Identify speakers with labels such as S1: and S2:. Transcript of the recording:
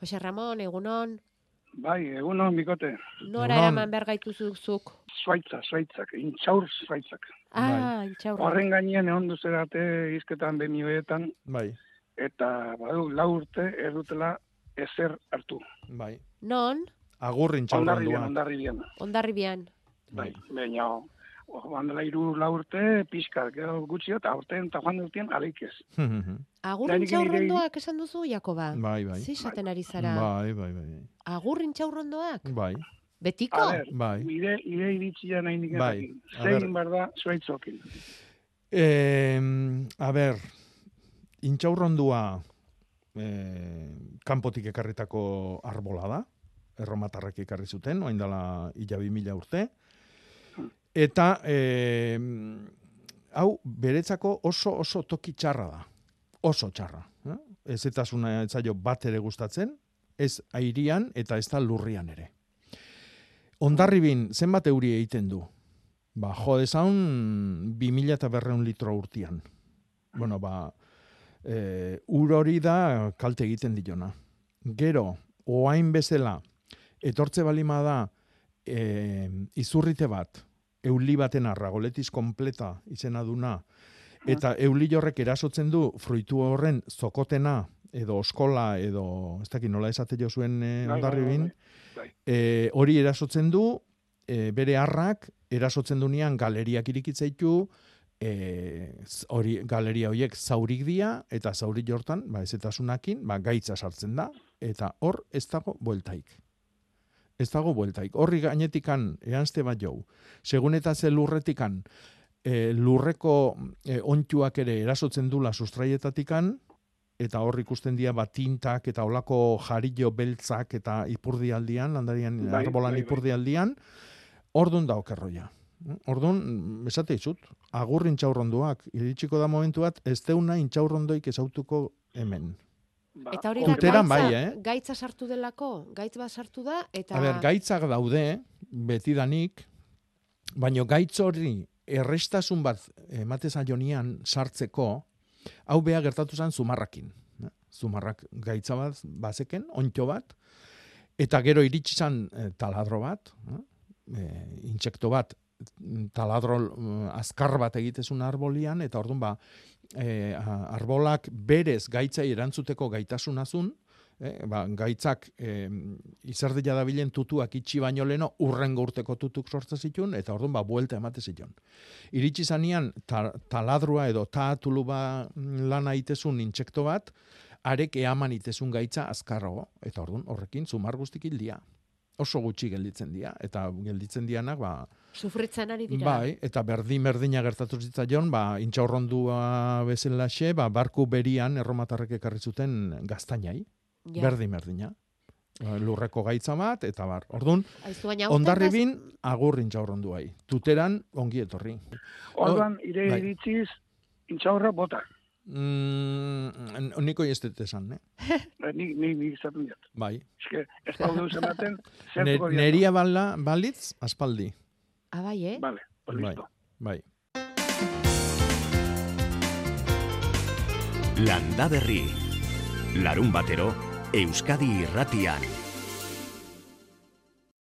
S1: Jose Ramon, egunon,
S2: Bai, egunon, bikote.
S1: nora
S3: Egunon.
S1: eraman behar gaituzu zuk?
S2: Zuaitza, zuaitzak, intxaur zuaitzak.
S3: Bai.
S1: Ah, intxaurra.
S2: Horren gainean egon duzerate izketan benioetan,
S3: Bai,
S2: eta badu, lau urte ez dutela ezer hartu.
S3: bai.
S1: Non,
S3: Agurrin txauran
S2: Ondarribian,
S3: duan.
S2: ondarribian.
S1: ondarribian.
S2: Bai,
S3: Bai.
S2: baina, joan dela iru lau urte, pixka, gero gutxi, eta aurten eta joan dutien aleik ez.
S1: Agur
S2: Nik nire-
S1: intxaurrondoak esan duzu, Jakoba?
S3: Bai, bai.
S1: Zizaten ari zara.
S3: Bai, bai, bai.
S1: Agur intxaurrondoak?
S3: Bai,
S1: Betiko?
S2: A ber,
S3: bai.
S2: ire, ire iritzia nahi nik
S3: Bai,
S2: errakin.
S3: a ber.
S2: Zein behar da, zuaitzokin.
S3: Eh, a ber, intxaurrondua eh, kanpotik ekarritako arbola da, erromatarrak ekarri zuten, oain dela ila bi mila urte, eta eh, hau beretzako oso oso toki txarra da, oso txarra. Eh? Ez eta etzaio bat ere gustatzen, ez airian eta ez da lurrian ere. Ondarribin zenbat euri egiten du? Ba, jo dezaun 2000 eta berreun litro urtian. Bueno, ba, e, ur hori da kalte egiten diona. Gero, oain bezala, etortze balima da e, izurrite bat, euli baten arragoletiz kompleta izena duna, eta euli horrek erasotzen du fruitu horren zokotena, edo oskola, edo, ez dakit nola esate jo zuen e,
S2: Bai, bai,
S3: ondarribin,
S2: bai, bai.
S3: e, hori erasotzen du, e, bere harrak erasotzen dunean galeriak irikitzeitu, e, z- hori galeria horiek zaurik dira eta zauri hortan, ba ezetasunakin, ba gaitza sartzen da eta hor ez dago bueltaik. Ez dago bueltaik. Horri gainetikan eanste bat jou. Segun eta ze lurretikan e, lurreko e, ontxuak ere erasotzen dula sustraietatikan eta hor ikusten dira bat tintak eta olako jarillo beltzak eta ipurdialdian, landarian
S2: Bai,
S3: arbolan
S2: bai, bai.
S3: ipurdialdian, ordun da okerroia. Ordun, esate izut, agur intxaurronduak, iritsiko da momentu bat, ez deuna intxaurrondoik ezautuko hemen.
S2: Ba,
S1: Eta hori da
S2: hori-
S3: Urteran
S1: gaitza,
S3: bai, eh?
S1: gaitza sartu delako, gaitz bat sartu da, eta...
S3: A ber, gaitzak daude, betidanik, baino gaitz hori errestasun bat ematez aionian sartzeko, hau bea gertatu zen zumarrakin. ne? Zumarrak gaitza bat bazeken, ontxo bat, eta gero iritsi zen eh, taladro bat, ne? eh, intsekto bat, mm, taladro mm, azkar bat egitezun arbolian, eta orduan ba, eh, a- arbolak berez gaitzai erantzuteko gaitasunazun, eh, ba, gaitzak eh, izerdila dabilen tutuak itxi baino leno urrengo urteko tutuk sortze zitun eta orduan ba buelta emate zitun. Iritsi zanean ta- taladrua edo taatulu ba lana itezun intsekto bat, arek eaman itezun gaitza azkarrago eta orduan horrekin zumar guztik hildia. Oso gutxi gelditzen dira eta gelditzen dianak ba,
S1: Sufritzen ari dira.
S3: Bai, eta berdin berdina gertatu zitzaion, ba, intxaurrondua bezalaxe, ba, barku berian erromatarrek ekarri zuten gaztainai,
S1: Ja.
S3: berdin berdina. Eh, Lurreko gaitza bat, eta bar. Ordun
S1: Aizu, baina aurten
S3: ondarribin agur intxaurronduai. Tuteran, ongi etorri.
S2: Orduan, ire
S3: Bai.
S2: iritziz, intxaurra bota.
S3: Mm, niko ez dut esan, eh?
S2: Eh, Ni, ni, ni izaten diat.
S3: Bai.
S2: Eske, ez baudu ematen,
S3: Ne,
S2: zertuko diat.
S3: neria bala, balitz, aspaldi.
S1: gaz- Ah, bai, eh?
S2: Vale, pues
S3: Bai.
S2: listo.
S3: Bai.
S4: Landa berri. Larun batero, Euskadi irratian.